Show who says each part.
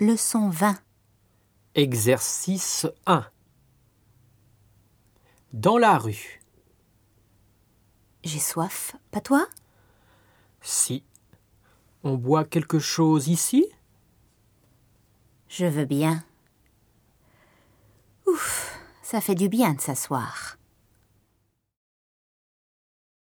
Speaker 1: Leçon 20.
Speaker 2: Exercice 1 Dans la rue.
Speaker 1: J'ai soif, pas toi
Speaker 2: Si. On boit quelque chose ici
Speaker 1: Je veux bien. Ouf, ça fait du bien de s'asseoir.